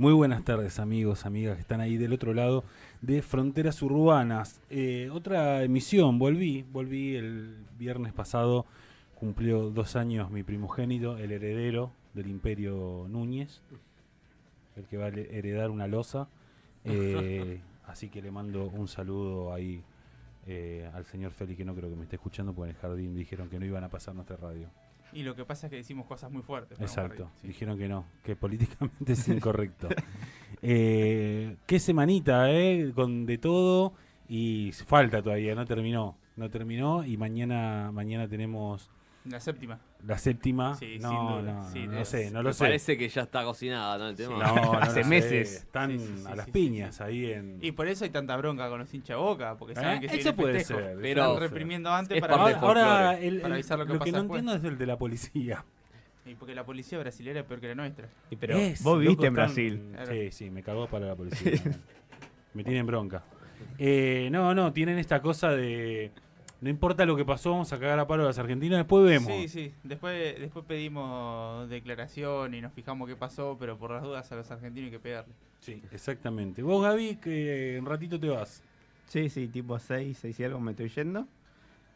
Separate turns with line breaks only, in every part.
Muy buenas tardes amigos, amigas que están ahí del otro lado de Fronteras Urbanas. Eh, otra emisión, volví, volví el viernes pasado, cumplió dos años mi primogénito, el heredero del imperio Núñez, el que va a le- heredar una losa. Eh, así que le mando un saludo ahí eh, al señor Feli, que no creo que me esté escuchando, porque en el jardín dijeron que no iban a pasar nuestra radio.
Y lo que pasa es que decimos cosas muy fuertes. para un
Exacto,
barrio, sí.
dijeron que no, que políticamente es incorrecto. Eh, qué semanita, ¿eh? Con de todo y falta todavía, no terminó, no terminó y mañana mañana tenemos
La séptima.
la séptima.
Sí,
no,
sin duda,
no,
sí,
no,
te-
sé, no
Me
lo sé.
Parece que ya está cocinada, ¿no? El tema.
No, no lo
Hace
sé,
meses.
Están
Sí, sí, sí,
a las
sí, sí,
piñas ahí en...
Y por eso hay tanta bronca con los hincha boca, porque saben
¿Eh?
que se
Eso
viene
puede
festejo.
ser.
Pero-
eso
Están
puede ser.
reprimiendo antes
Es
para.
parte
Ahora,
del folclore.
ahora el-
Para
el-
avisar
lo
lo
que,
que pasa
no
después.
entiendo es el de la policía.
Y porque la policía brasileña es peor que la nuestra.
Y pero
Es,
vos
loco,
viviste en
están-
Brasil.
Claro.
Sí, sí, me cagó para la policía. también. me tienen bronca. Eh, no, no, tienen esta cosa de. No importa lo que pasó, vamos a cagar a paro a las argentinas, después vemos.
Sí, sí. Después, después pedimos declaración y nos fijamos qué pasó, pero por las dudas a los argentinos hay que pegarle.
Sí, Exactamente. Vos, Gaby, que en ratito te vas.
Sí, sí, tipo 6, 6 y algo me estoy yendo.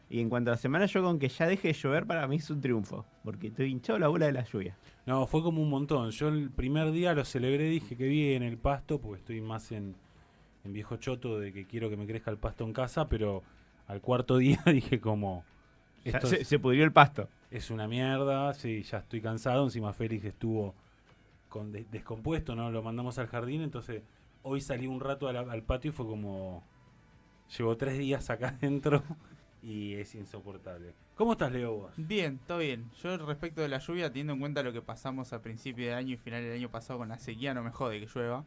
Y en cuanto a la semana, yo con que ya deje de llover para mí es un triunfo. Porque estoy hinchado la bola de la lluvia.
No, fue como un montón. Yo el primer día lo celebré, dije que bien el pasto, porque estoy más en, en viejo choto de que quiero que me crezca el pasto en casa, pero al cuarto día dije como.
Ya
esto
se,
es-
se pudrió el pasto.
es una mierda, sí, ya estoy cansado, encima Félix estuvo con de- descompuesto, ¿no? Lo mandamos al jardín, entonces hoy salí un rato a la- al patio y fue como, llevo tres días acá adentro y es insoportable. ¿Cómo estás, Leo? vos?
Bien, todo bien. Yo respecto de la lluvia, teniendo en cuenta lo que pasamos a principio de año y final del año pasado con la sequía, no me jode que llueva.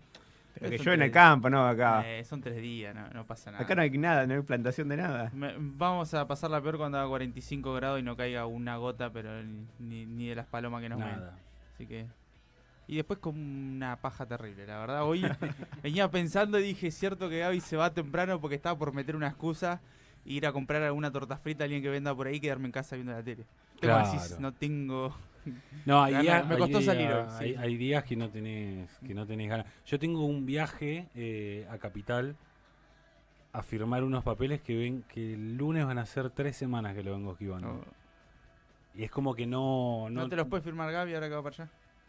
Pero que
son
llueve en el
tres-
campo, no acá.
eh, son tres días, no, no pasa nada.
Acá no hay nada, no hay plantación de nada.
Me- vamos a pasar la peor cuando haga 45 grados y no caiga una gota, pero ni, ni- ni de las palomas que nos ven.
Nada.
Así que. Y después con una paja terrible, la verdad. Hoy venía pensando y dije, cierto que Gaby se va temprano porque estaba por meter una excusa e ir a comprar alguna torta frita a alguien que venda por ahí y quedarme en casa viendo la tele. Tengo
Claro.
así, no tengo...
No, hay
Ganas,
días,
me
hay
costó
día-
salir hoy, sí.
Hay, hay días que no tenés, que no tenés ganas. Yo tengo un viaje eh, a Capital a firmar unos papeles que ven que el lunes van a ser tres semanas que lo vengo esquivando.
No,
Y es como que no...
no te los puedes firmar Gaby ahora que va para allá.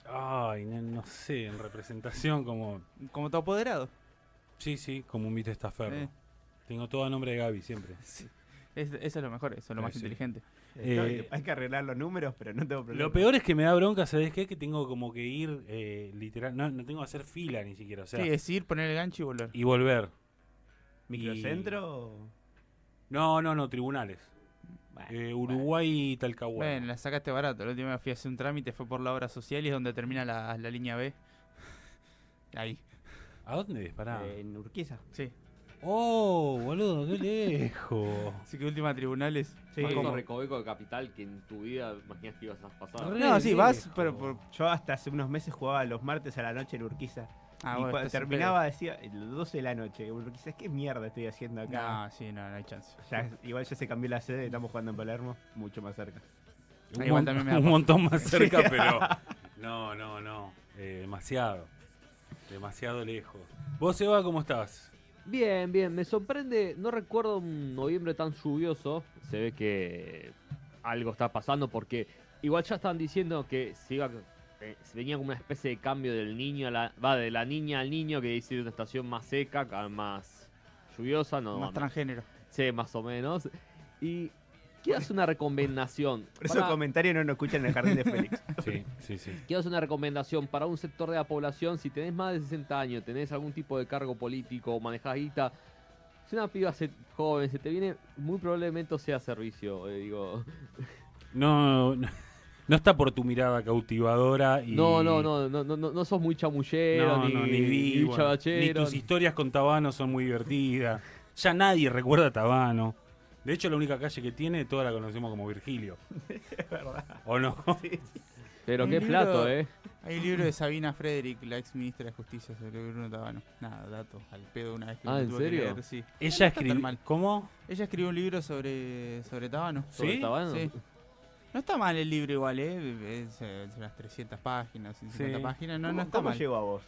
Ay, no, no sé, en representación como...
Como tu apoderado.
Sí, sí, como un mito estaferro.
Eh.
Tengo todo a nombre de Gaby siempre.
Es- eso es lo mejor, eso es lo
Eh,
más
sí.
inteligente.
Eh,
hay que arreglar los números, pero no tengo problema.
Lo peor es que me da bronca, ¿sabes qué? Que tengo como que ir eh, literal... No, no tengo que hacer fila ni siquiera, o sea...
sí, es ir, poner el gancho y volver.
Y volver.
¿Microcentro? o-
No, no, no, tribunales.
Bueno,
Eh, Uruguay y Talcahuano.
Bueno, la sacaste barato. La última vez fui a hacer un trámite, fue por la obra social y es donde termina la, la línea B. Ahí,
¿A dónde? Pará.
eh, en Urquiza.
sí.
¡Oh, boludo, qué lejos!
Así que última tribunales.
Sí.
Más
Más
como-
con Recoveco de Capital que en tu vida imaginas que ibas a pasar.
Re-
No, sí, vas,
lejos.
pero por.
Yo hasta hace unos meses jugaba los martes a la noche en Urquiza.
Ah,
y
bueno,
cuando
estás en
terminaba, decía, "Eh, 12 de la noche. Urquiza, ¿qué mierda estoy haciendo
pedo.
acá?
No, sí, no, no hay chance.
Ya- igual ya se cambió la sede, estamos jugando en Palermo, mucho más cerca.
Un,
Ah, Igual
mon-
también me da
un
paja.
montón más cerca, pero. No, no, no. Eh, demasiado. Demasiado lejos. ¿Vos, Eva, cómo estás?
Bien, bien. Me sorprende. No recuerdo un noviembre tan lluvioso. Se ve que algo está pasando porque igual ya estaban diciendo que se iba. eh, se venía como una especie de cambio del niño a la. Va, de la niña al niño que dice una estación más seca, acá más lluviosa. No,
Más
no,
transgénero.
Sí, más o menos. Y quiero hacer una recomendación.
Por eso
Para-
comentarios comentario no nos escuchan en el jardín de Félix.
Sí, sí, sí.
quiero hacer una recomendación para un sector de la población. Si tenés más de 60 años, tenés algún tipo de cargo político o manejás guita, si una piba se- joven se te viene, muy probablemente o sea servicio. eh, digo.
No, no, no está por tu mirada cautivadora y.
No, no, no, no, no, no, no sos muy chamullero,
No,
ni,
no, ni,
ni
vivo. Ni
chabachero.
tus historias con Tabano son muy divertidas. Ya nadie recuerda a Tabano. De hecho, la única calle que tiene, toda la conocemos como Virgilio. ¿O no?
Pero qué
El
plato,
libro-
eh.
Hay un libro de Sabina Frederick, la ex ministra de Justicia, sobre Bruno Tabano. Nada, dato. Al pedo una vez que
Ah,
lo
¿en
tuve que
serio?
leer, sí.
Ella
está tan
escribió.
mal.
¿Cómo?
Ella escribió un libro sobre, sobre Tabano.
Sobre
¿Sí?
Tabano.
Sí. No está mal el libro igual, ¿eh? Es, eh, unas 300 páginas, 150
Sí.
páginas. No,
¿Cómo-
no está
¿Cómo
mal.
llego a vos?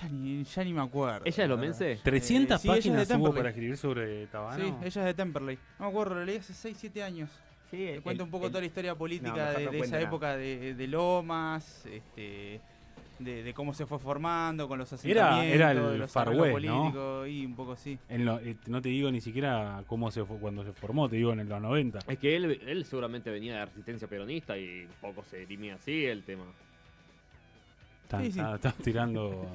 Ya ni, ya ni me acuerdo.
¿Ella es
la
lomense?
verdad.
300
Eh, sí, ella es de
páginas hubo
Temperley.
para escribir sobre
Ah,
Tabano.
Sí, ella es de Temperley. No me acuerdo, lo leí hace 6, 7 años.
Sí,
Te cuento
el-
un poco
el-
toda la historia
No,
política
mejor
de,
no
de
cuente
esa
nada.
época de, de Lomas, este, de, de cómo se fue formando con los
Era-
asentamientos,
era el
de los
Far
arreglos
West, ¿no?
políticos y un poco sí.
En lo- eh, no te digo ni siquiera cómo se fue, cuando se formó, te digo en los 90.
Es que él, él seguramente venía de resistencia peronista y un poco se dirimía así el tema.
Están-
Sí, sí.
ah, estás tirando.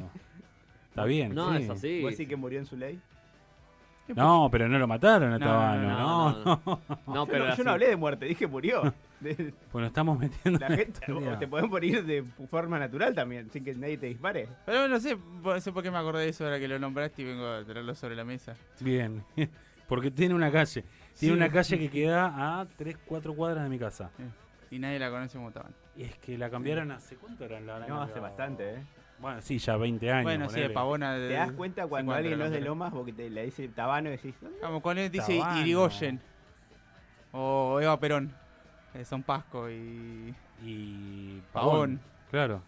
Está bien.
No,
sí.
es así.
¿Vos decís que murió en su ley?
No, pero no lo mataron a
No,
Tabano,
no,
no,
no, no. No,
Yo
pero
no,
así-
yo no hablé de muerte, dije murió. De-
Bueno, estamos metiendo.
La
en
gente,
historia.
o te pueden morir de forma natural también, sin que nadie te dispare.
Pero no sé, no sé por qué me acordé de eso ahora que lo nombraste y vengo a tenerlo sobre la mesa.
Bien. Porque tiene una calle. Tiene
Sí.
una calle que queda a 3, 4 cuadras de mi casa.
Y nadie la conoce como Tabano.
Y es que la cambiaron hace cuánto era la
No, hace bastante, ¿eh?
Bueno, sí, ya 20 años.
Bueno, sí, de
ponele.
pavona. De,
Te das cuenta cuando
50
alguien no es de
campeón.
Lomas porque te le dice Tabano y decís, "No, no,
Vamos, cuando dice
Tabano.
Irigoyen o Eva Perón, eh, son Pasco y.
Y.
Pavón.
Claro.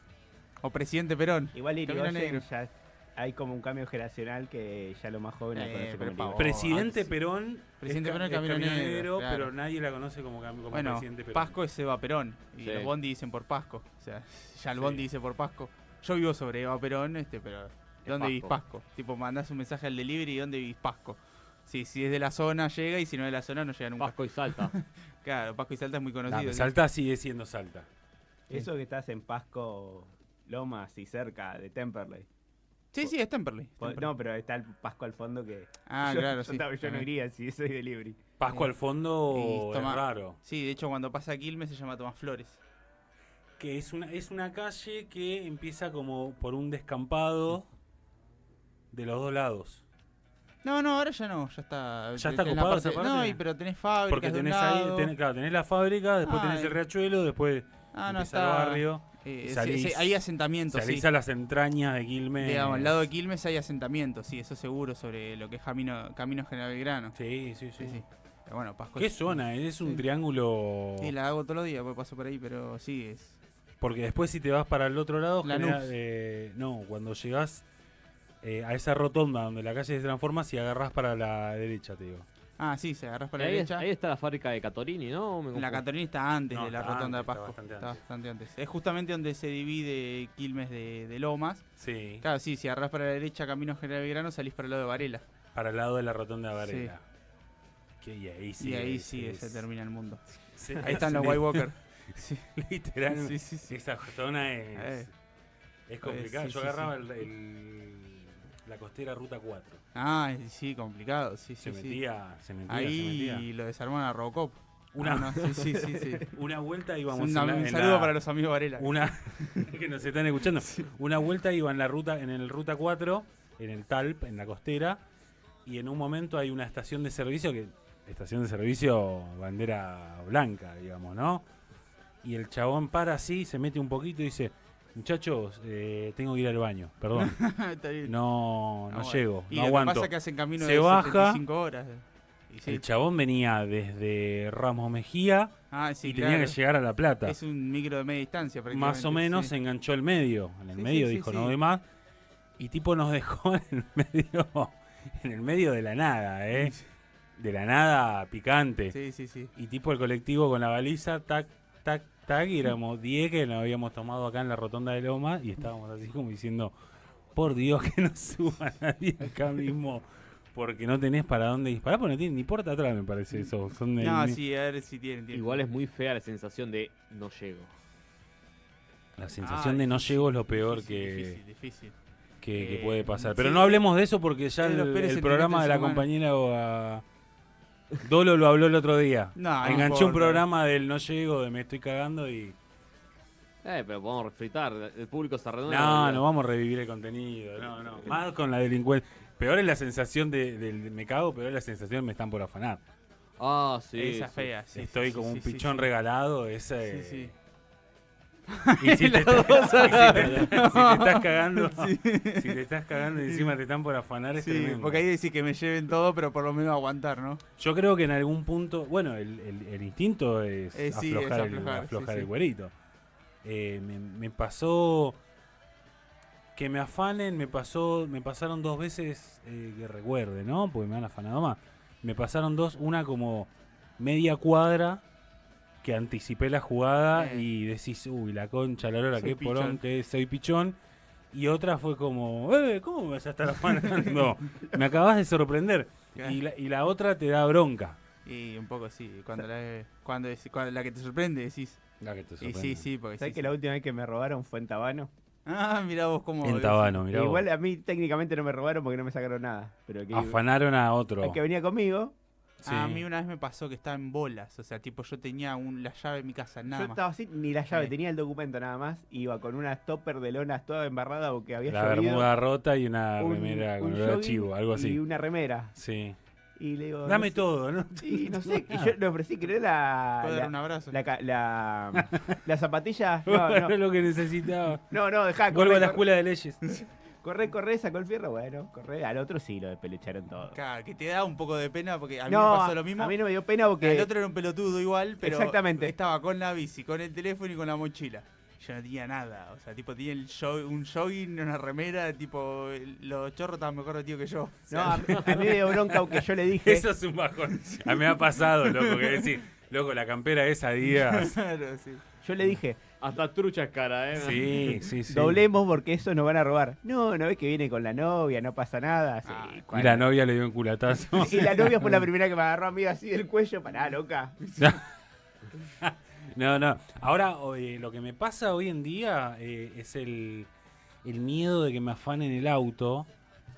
o Presidente Perón.
Igual
Camino
Irigoyen
negro.
ya hay como un cambio generacional que ya lo más joven la
Eh,
conoce
pero
como Irigoyen.
Oh,
presidente
antes-
Perón.
Presidente
es ca-
Perón
es
Camino
Camino
Negro, claro.
pero nadie la conoce como, cam- como
Bueno,
presidente Perón.
Pasco es Eva Perón. Y
Sí.
los Bondi dicen por Pasco. O sea, ya el
Sí.
Bondi dice por Pasco. Yo vivo sobre Eva Perón, este, pero ¿dónde vivís
Pasco.
Pasco? Tipo, mandás un mensaje al delivery y ¿dónde vivís Pasco? Sí, si es de la zona llega y si no es de la zona no llega nunca.
Pasco y Salta.
Claro, Pasco y Salta es muy
Nah,
conocido.
pero
sí.
Salta sigue siendo Salta.
Eso que estás en Pasco, Lomas y cerca de Temperley.
Sí, sí, es Temperley.
Pues,
Po-
Temperley.
No, pero está el Pasco al fondo que
ah,
yo,
claro,
yo
sí.
ta- yo no
también.
iría si soy de Libri.
Pasco
Sí.
al fondo
Y toma-
es raro.
Sí, de hecho cuando pasa Quilmes se llama Tomás Flores.
Que es una, es una calle que empieza como por un descampado de los dos lados.
No, no, ahora ya no, ya está.
¿Ya está
tenés la
ocupado esa parte?
No, y, pero tenés fábricas
Porque
de un
tenés ahí,
lado.
tenés, claro, tenés la fábrica, después tenés
Ay.
el riachuelo, después
Ah, no,
empieza el
está.
barrio.
eh,
y
sí,
salís-
sí, hay asentamientos, sí.
Salís a las entrañas de Quilmes.
Digamos, al lado de Quilmes hay asentamientos, sí, eso seguro, sobre lo que es Camino, camino General Belgrano.
Sí, sí, sí.
Sí, sí. Pero bueno, Pasco.
¿Qué zona? ¿eh? Es un
Sí.
triángulo.
Sí, la hago todos los días, porque paso por ahí, pero sí, es.
Porque después si te vas para el otro lado,
Lanús.
genera- eh, no, cuando llegás eh, a esa rotonda donde la calle se transforma, si agarrás para la derecha, te digo.
Ah, sí, se agarras para la
ahí, es-
derecha.
ahí está la fábrica de Catorini, ¿no? Me
La
confundo.
Catorina está antes
No,
de la
está
rotonda
antes,
de Pasco.
está bastante
Está
antes.
bastante antes. Es justamente donde se divide Quilmes de, de Lomas.
Sí.
Claro, sí, si agarras para la derecha Camino General Belgrano, salís para el lado de Varela.
Para el lado de la rotonda de Varela. Que, y ahí sí.
y ahí
es-
sí
es-
se termina el mundo.
se-
Ahí
es
están los
li-
White Walker. Sí,
Literal.
sí, sí, sí.
Esa zona es,
Eh.
es complicada.
sí,
Yo
sí,
agarraba el- el- la costera Ruta 4.
Ah, sí, complicado. Sí,
Se
sí, sí.
metía, se metía,
Ahí
se metía.
lo desarmaron a Robocop.
Una,
Ah, no, sí, sí, sí, sí.
una vuelta íbamos
Un,
en la-
un
en
saludo
la-
para los amigos Varela.
Una que nos están escuchando. Una vuelta iba en la ruta, en el ruta 4, en el Talp, en la costera, y en un momento hay una estación de servicio que estación de servicio bandera blanca, digamos, ¿no? Y el chabón para así, se mete un poquito y dice, muchachos, eh, tengo que ir al baño, perdón,
Está bien.
no,
Ah,
no
bueno.
llego,
Y
no
lo que
aguanto.
pasa es que hacen camino
Se
de
baja.
75 horas. Y sí.
El chabón venía desde Ramos Mejía
Ah, sí,
y tenía
claro.
que llegar a La Plata.
Es un micro de media distancia.
más o
prácticamente,
menos
sí.
se enganchó el medio. En el
Sí,
medio
sí, sí,
dijo
sí.
no doy más. Y tipo nos dejó en el medio, en el medio de la nada, ¿eh? De la nada picante.
Sí, sí, sí.
Y tipo el colectivo con la baliza, tac, tac, tac. Y éramos 10 que nos habíamos tomado acá en la rotonda de Loma. Y estábamos así como diciendo, por Dios que no suba nadie acá mismo. Porque no tenés para dónde disparar, porque no tienen ni puerta atrás, me parece eso. Son de-
No,
ni-
sí, a ver si tienen. tienen.
Igual es muy fea la sensación de no llego.
La
Ah,
sensación de no
difícil,
llego es lo peor
difícil,
que...
Difícil, difícil.
que, que
Eh,
puede pasar. Pero
sí.
no hablemos de eso porque ya
Es de
el,
los peores
el
sentimientos
programa
de
de la
semana.
compañera o a- Dolo lo habló el otro día.
No, no
Enganché un
importa.
programa del no llego, de me estoy cagando y...
Eh, pero podemos refritar. El público se renueva.
No, no vamos a revivir el contenido. No, no. Más con la delincuencia. Peor es la sensación de, del me cago, peor es la sensación de me están por afanar.
Ah, sí.
Esa
sí.
fea. sí,
Estoy
sí,
como
sí,
un
sí,
pichón
sí.
regalado, ese...
Sí, sí.
Y si te,
Las dos
estás-
a la
y si te- si te estás cagando, si te estás cagando y encima te están por afanar, es
Sí,
tremendo.
porque ahí decís que me lleven todo, pero por lo menos aguantar, ¿no?
Yo creo que en algún punto, bueno, el, el- el instinto es
Eh, sí, es
aflojar, el,
aflojar, sí,
aflojar el
sí.
cuerito. Eh, me, me pasó que me afanen, me pasó, me pasaron dos veces eh, que recuerde, ¿no? Porque me han afanado más. Me pasaron dos, una como media cuadra que anticipé la jugada
Eh.
y decís, uy, la concha, la lora,
Soy
qué
pichón.
porón que es, soy pichón. Y otra fue como, eh, ¿cómo me vas a estar afanando? me acabas de sorprender.
Claro.
Y la, y la otra te da bronca.
Y un poco sí, cuando la, cuando, dec- cuando la que te sorprende decís.
La que te
Y sí, sí, porque
¿Sabés
sí,
que
sí.
la última vez que me robaron fue en Tabano?
Ah, mirá vos cómo.
En Tabano, mirá. vos.
Igual a mí técnicamente no me robaron porque no me sacaron nada. Pero que,
Afanaron a otro.
al que venía conmigo,
Sí.
A mí una vez me pasó que estaba en bolas. O sea, tipo, yo tenía un- la llave en mi casa, nada
yo
más.
estaba así, ni la llave,
Sí.
tenía el documento nada más. Iba con una topper de lonas toda embarrada porque había
La
llovido,
bermuda rota y una
un-
remera con
un
olor a
jogging
chivo, algo
Y
así.
una remera.
Sí.
Y le digo.
Dame
no
todo, ¿no?
sé- Y no sé, y yo le ofrecí querer la.
¿Puedo
la-
dar un abrazo?
La, ca- la, la zapatilla. No,
Era
no,
lo que necesitaba.
no, no dejá,
Vuelvo
corre,
a la
corre,
escuela de leyes.
corre, corre, sacó el fierro. Bueno, corre. Al otro sí lo despelucharon todo.
Claro, que te da un poco de pena porque a mí
no,
me pasó lo mismo.
a mí no me dio pena porque.
El otro era un pelotudo igual, pero
Exactamente.
estaba con la bici, con el teléfono y con la mochila. Yo no tenía nada, o sea, tipo, tenía el jo- un jogging, una remera, tipo, el- los chorros estaban mejor vestidos que yo. O
No,
sea,
a, a mí me dio bronca aunque yo le dije.
Eso es un bajón. A mí me ha pasado, loco, que decir, loco, la campera es Adidas.
claro, sí.
Yo le dije,
Hasta trucha es cara, ¿eh?
Sí, sí, sí.
doblemos porque eso nos van a robar. No, no ves que viene con la novia, no pasa nada. Sí,
Ah, y
Y
cual-
la novia le dio un culatazo.
Y la novia fue la primera que me agarró a mí así del cuello. Pará, loca.
No, no. Ahora, o- eh, lo que me pasa hoy en día eh, es el, el miedo de que me afanen el auto,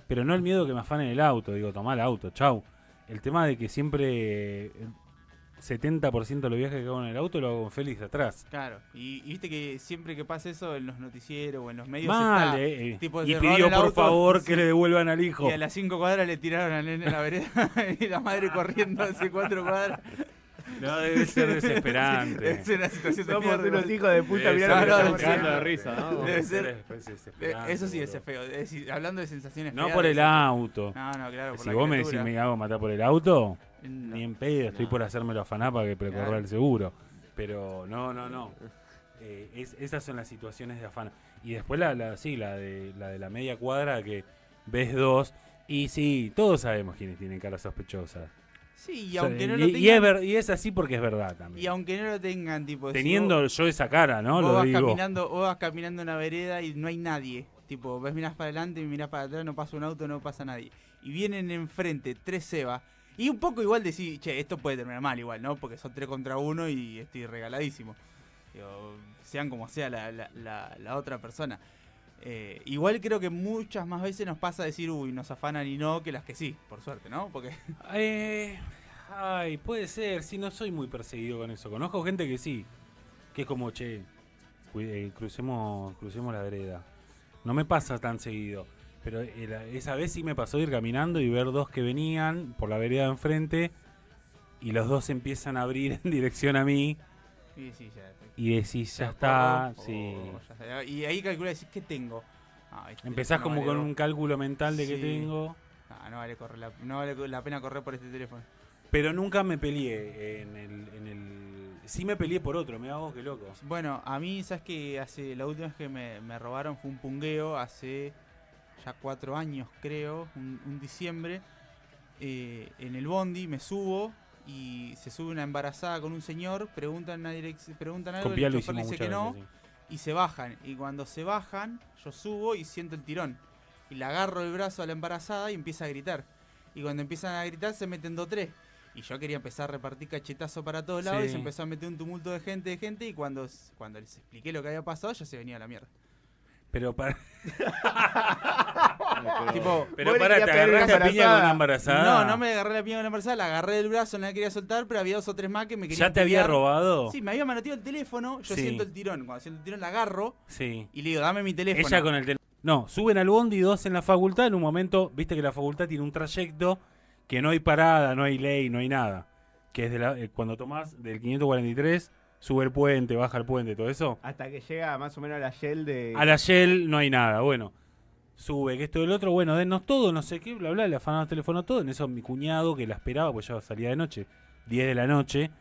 pero no el miedo de que me afanen el auto, digo, tomá el auto, chau. El tema de que siempre eh, el 70% de los viajes que hago en el auto lo hago con Félix atrás.
Claro, y, y viste que siempre que pasa eso en los noticieros o en los medios
Mal,
está,
eh, eh.
tipo,
y
se robaron
pidió
el
por
auto,
favor que
sí.
le devuelvan al hijo.
y a las cinco cuadras le tiraron al nene en la vereda y la madre corriendo hace cuatro cuadras.
No, Ah. debe ser desesperante.
Es una situación de
Somos
mierda.
unos hijos de puta.
Debe
mirá
ser
lo que
no, no,
estamos
sí.
haciendo.
Cagando de risa, ¿no?
Debe ser-
desesperante,
Eh, Eso sí es
boludo.
feo, es decir, hablando de sensaciones
No
feas,
por
de
el
sensaciones-
auto.
No, no, claro. por
Si
la
vos me decís
criatura.
me hago matar por el auto,
No.
ni en pedo, estoy
No.
por hacérmelo afanar para que precorra
Claro.
el seguro. Pero no, no, no. Eh, es- esas son las situaciones de afán. Y después la, la, sí, la de, la de la media cuadra que ves dos. Y sí, todos sabemos quiénes tienen caras sospechosas.
Sí, y
O sea,
aunque no
y-
lo
y es
tengan,
ver- y es así porque es verdad también.
y aunque no lo tengan, tipo, si
Teniendo
vos-
yo esa cara, ¿no?
vos
Lo
vas
digo.
caminando, vos vas caminando en la vereda y no hay nadie. Tipo, ves mirás para adelante y mirás para atrás, no pasa un auto, no pasa nadie. Y vienen enfrente tres Sebas. Y un poco igual decís, che, esto puede terminar mal igual, ¿no? Porque son tres contra uno y estoy regaladísimo. Digo, sean como sea la, la- la- la otra persona. Eh, igual creo que muchas más veces nos pasa decir, uy, nos afanan y no, que las que sí, por suerte, ¿no? Porque
Eh, ay, puede ser. Sí, no soy muy perseguido con eso. Conozco gente que sí. Que es como, che, cu- eh, crucemos, crucemos la vereda. No me pasa tan seguido. Pero eh, la- esa vez sí me pasó ir caminando y ver dos que venían por la vereda de enfrente. Y los dos empiezan a abrir en dirección a mí.
Sí, sí, ya. te-
Y decís, ya
te
está.
acuerdo, o-
Sí.
o ya está. Y ahí calculás, decís, ¿qué tengo? Ah, este,
Empezás
no
como
vale
con
go-
un cálculo mental de que
Sí.
tengo.
Ah, no vale, correr la, no vale co- la pena correr por este teléfono.
Pero nunca me peleé en el, en el... Sí me peleé por otro, me hago que loco.
Bueno, a mí, ¿sabes que hace La última vez que me, me robaron fue un pungueo hace ya cuatro años, creo, un, un diciembre. Eh, en el bondi me subo y se sube una embarazada con un señor, preguntan, a direc- preguntan algo,
Con Pía
el
lo
chofer
hicimos
dice que
muchas
no.
veces, sí.
y se bajan. Y cuando se bajan, yo subo y siento el tirón. Y le agarro el brazo a la embarazada y empieza a gritar. Y cuando empiezan a gritar, se meten dos tres. Y yo quería empezar a repartir cachetazo para todos lados y
Sí.
se empezó a meter un tumulto de gente, de gente. Y cuando, cuando les expliqué lo que había pasado, ya se venía a la mierda.
Pero para,
Tipo,
pero
Vos le
para
querías
te
pegar
agarraste
una
a piña con una
embarazada.
embarazada.
no, no me agarré la piña con la embarazada, la agarré del brazo, no la quería soltar, pero había dos o tres más que me querían.
¿Ya te había
pelear.
robado?
Sí, me había manoteado el teléfono, yo
Sí.
siento el tirón. Cuando siento el tirón, la agarro
Sí.
y le digo, dame mi teléfono.
Ella con el tel- No, suben al bondi dos en la facultad. En un momento, viste que la facultad tiene un trayecto que no hay parada, no hay ley, no hay nada. Que es de la- eh, cuando tomás del 543, sube el puente, baja el puente, todo eso.
Hasta que llega más o menos a la Shell de.
A la Shell no hay nada, bueno. Sube, que esto del otro, bueno, dennos todo, no sé qué, bla, bla, le afanaron el teléfono todo. En eso mi cuñado, que la esperaba, pues ya salía de noche, 10 de la noche.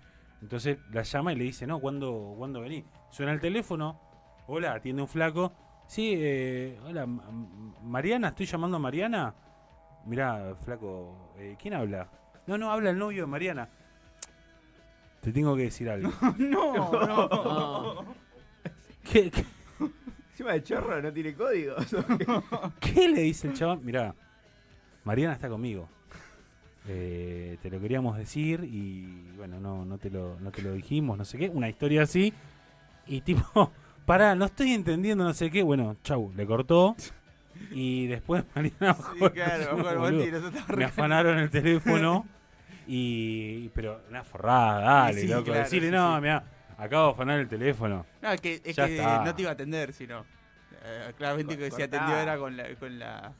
Entonces la llama y le dice, no, ¿cuándo, ¿cuándo venís? Suena el teléfono, hola, atiende un flaco, Sí, eh, hola, Ma- M- Mariana, estoy llamando a Mariana. Mirá, flaco, eh, ¿quién habla? No, no, habla el novio de Mariana. Te tengo que decir algo.
No, no.
No.
¿Qué, qué,
Encima de chorro no tiene código.
qué le dice el chabón? Mirá, Mariana está conmigo. Eh, te lo queríamos decir y bueno, no, no, te lo, no te lo dijimos, no sé qué. Una historia así. Y tipo, pará, no estoy entendiendo, no sé qué. Bueno, chau, le cortó. Y después Mariana bajó
Sí,
el
claro,
teléfono,
bueno,
boludo.
Bondi, nosotros
me
arrancamos.
afanaron el teléfono y pero una forrada, dale,
Sí, sí,
loco,
claro,
decirle,
sí,
no,
sí.
mira, acabo de afanar el teléfono.
No, es que, es
Ya
que
está.
no te iba a atender, sino. Eh, claramente que si
Cortá.
atendió era con la. Con la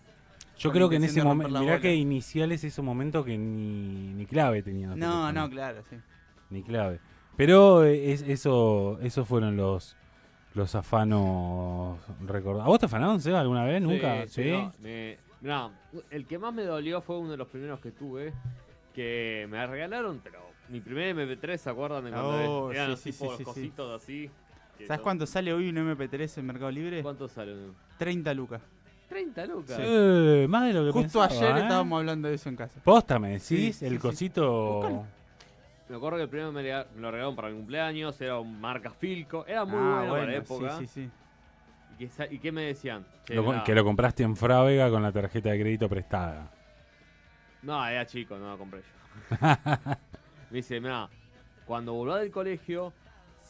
Yo
Con
creo
la
que en ese
intención de romper
momento,
la
mirá
bola.
que inicial es ese momento que ni, ni clave tenía. el
no,
teléfono,
no, claro, sí.
Ni clave. Pero eh, es, eso, esos fueron los los afanos recordados. ¿A vos te afanaron, Seba, alguna vez? ¿Nunca? Sí.
Sí, sí, no, me- mirá, el que más me dolió fue uno de los primeros que tuve, que me regalaron, pero mi primer MP3, ¿se acuerdan? De cuando
Oh,
eran
sí,
los
sí, sí,
tipos
sí, sí.
cositos así? que
¿Sabes
no-
cuánto sale hoy un MP3 en Mercado Libre?
¿Cuánto salen?
30 lucas.
30 lucas.
Eh, más de lo que
Justo
pensaba,
ayer
¿eh?
estábamos hablando de eso en casa.
Posta, me decís,
Sí,
el
sí, sí.
cosito...
Buscalo.
Me acuerdo que el primero me rega- me lo regalaron para mi cumpleaños, era un marca Filco, era muy
ah,
bueno, para la
sí,
época.
sí, sí.
¿Y, qué, sa- y qué me decían? Che,
Lo co-
mirá,
que lo compraste en Frávega con la tarjeta de crédito prestada.
No, era chico, no lo compré yo. me dice, mira, cuando volvás del colegio,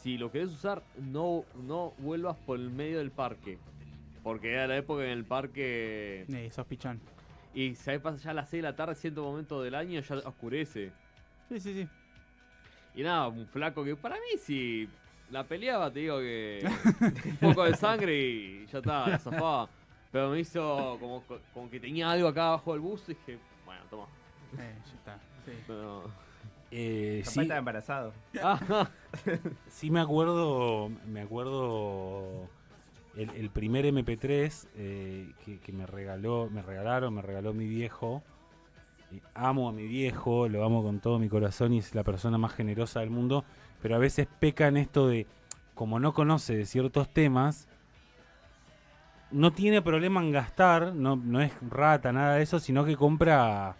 si lo querés usar, no, no vuelvas por el medio del parque. Porque era la época en el parque.
Eh, sos pichón.
Y sabés, pasa ya a las 6 de la tarde, cierto momento del año, ya oscurece.
Sí, sí, sí.
Y nada, un flaco que para mí si la peleaba, te digo que un poco de sangre y ya está, la zafaba. Pero me hizo como, como que tenía algo acá abajo del bus y dije, bueno, toma.
Eh, ya está. Sí.
No.
Eh,
Capaz
sí,
está embarazado.
Ah,
sí me acuerdo, me acuerdo el, el primer MP3 eh, que, que me regaló, me regalaron, me regaló mi viejo. Eh, Amo a mi viejo, lo amo con todo mi corazón y es la persona más generosa del mundo. Pero a veces peca en esto de, como no conoce de ciertos temas, no tiene problema en gastar, no, no es rata, nada de eso, sino que compra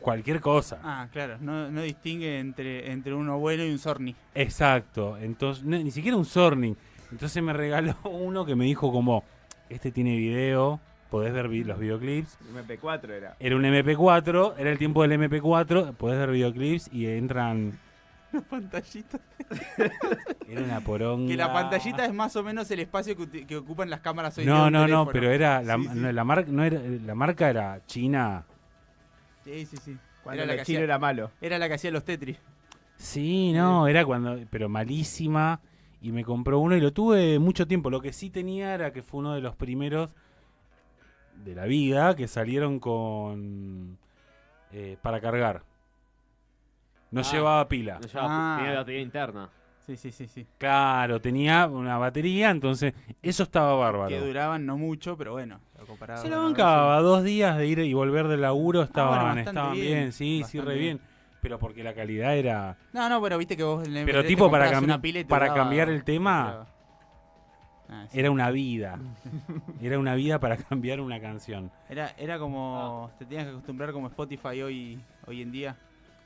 cualquier cosa.
Ah, claro. No, no distingue entre, entre uno bueno y un sorni.
Exacto, entonces no, ni siquiera un Sorning. Entonces me regaló uno que me dijo como, este tiene video, podés ver vi- los videoclips.
MP4 era.
Era un MP4, era el tiempo del MP4, podés ver videoclips y entran...
La pantallita.
Era una poronga.
Que la pantallita es más o menos el espacio que, uti- que ocupan las cámaras hoy día de
No,
un
no, no,
teléfono.
pero era la,
Sí, sí.
no, la marca no era la marca era China.
Sí, sí, sí.
Cuando
Era la
el
que
chino
hacía-
era malo.
Era la que hacía los Tetris.
Sí, no, era cuando pero malísima y me compró uno y lo tuve mucho tiempo. Lo que sí tenía era que fue uno de los primeros de la vida que salieron con eh, para cargar. No
Ah.
llevaba pila.
no
Ah.
llevaba- tenía batería interna.
Sí, sí, sí, sí.
Claro, tenía una batería, entonces eso estaba
Que
bárbaro.
duraban no mucho, pero bueno. lo comparado
Se
con
lo
ahora,
bancaba, dos días de ir y volver del laburo estaban,
bastante
estaban bien,
bien,
sí, sí,
bastante
re bien.
bien.
Pero porque la calidad era...
sí. No, no, pero viste que vos en el
Pero
MP3
tipo,
te
para
comprabas
cambi-
una pila y te
para
duraba-
cambiar el tema,
te duraba. Ah, sí.
Era una vida. Era una vida para cambiar una canción.
Era, era como. Te tenías que acostumbrar como Spotify hoy, hoy en día.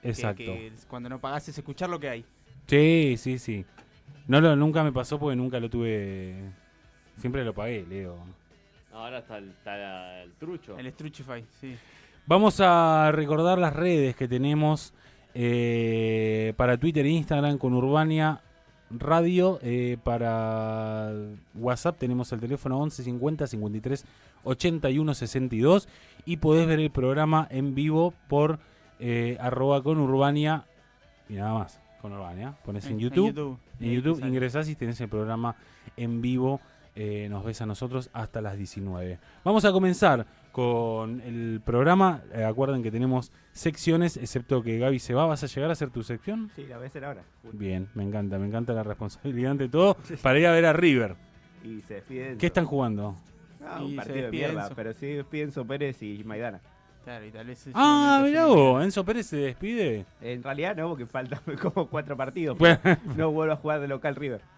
que-
Exacto.
Que, es cuando no pagás es escuchar lo que hay.
Sí, sí, sí. No lo, nunca me pasó porque nunca lo tuve. Siempre lo pagué, Leo.
Ahora está el, está el trucho.
El Struchify, sí.
Vamos a recordar las redes que tenemos eh, para Twitter e Instagram con Urbania Radio. eh, para WhatsApp tenemos el teléfono 11 50 53 81 62. Y podés ver el programa en vivo por eh, arroba con Urbania. Y nada más, con Urbania. Pones en YouTube. En
Ahí
YouTube
sale.
ingresás y tenés el programa en vivo. eh, nos ves a nosotros hasta las 19. Vamos a comenzar con el programa. Eh, acuerden que tenemos secciones, excepto que Gaby se va. ¿Vas a llegar a hacer tu sección?
Sí, la voy a hacer ahora.
Bien, me encanta, me encanta la responsabilidad ante todo para ir a ver a River.
Y se despiden.
¿Qué están jugando?
Ah, un
Y se
partido de
despide
mierda.
Enzo.
Pero sí despiden Enzo Pérez y Maidana.
Claro, y tal vez es
Ah,
un
mirá
momento
vos, Enzo Pérez se despide.
En realidad no, porque faltan como cuatro partidos.
Bueno,
No vuelvo a jugar de local River.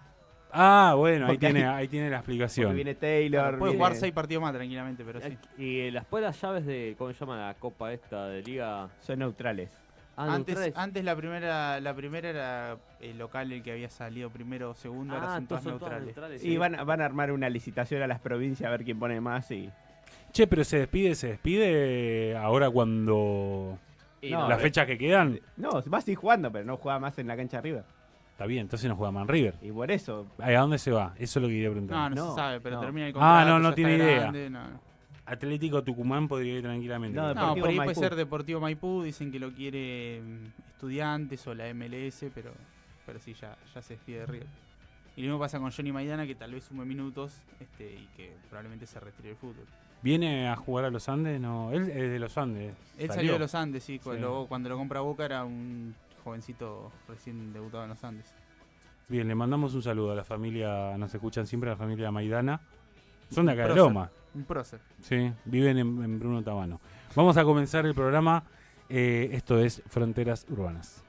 Ah, bueno, ahí
Porque
tiene,
ahí-
ahí tiene la
Porque
explicación.
viene Taylor.
Puede
viene-
jugar seis partidos más tranquilamente, pero sí.
Y eh, las puertas llaves de, ¿cómo se llama la copa esta de liga?
Son neutrales.
Ah,
Antes,
neutrales.
antes la primera la primera era el local el que había salido primero o segundo, ahora
Ah,
son todas
todos son todas
neutrales.
neutrales,
Y
sí.
van, a- van a armar una licitación a las provincias a ver quién pone más y.
Che, pero se despide, se despide ahora cuando
Y
No,
no,
las
eh.
fechas que quedan.
No, va a seguir jugando, pero no juega más en la cancha de River.
Está bien, entonces no juega Man River.
Y por eso.
¿A dónde se va? Eso es lo que quería preguntar.
No, no,
No,
se sabe, pero
no.
termina el
Ah,
contrato.
no, no
ya está
tiene idea. Ah,
grande, no.
Atlético Tucumán podría ir tranquilamente.
No,
No,
Deportivo
por ahí puede
Maipú.
ser Deportivo Maipú, dicen que lo quiere mm, estudiantes o la MLS, pero, pero sí, ya, ya se despide de River. Y lo mismo pasa con Johnny Maidana, que tal vez sume minutos este, y que probablemente se retire del fútbol.
¿Viene a jugar a los Andes? No, él es de los Andes.
Él salió, de los Andes, sí, cuando,
Sí.
cuando lo compra Boca era un jovencito recién debutado en los Andes.
Bien, le mandamos un saludo a la familia, nos escuchan siempre, a la familia Maidana. Son de acá de
Prócer.
Loma,
Un prócer.
sí, viven en, en Bruno Tabano. Vamos a comenzar el programa, eh, esto es Fronteras Urbanas.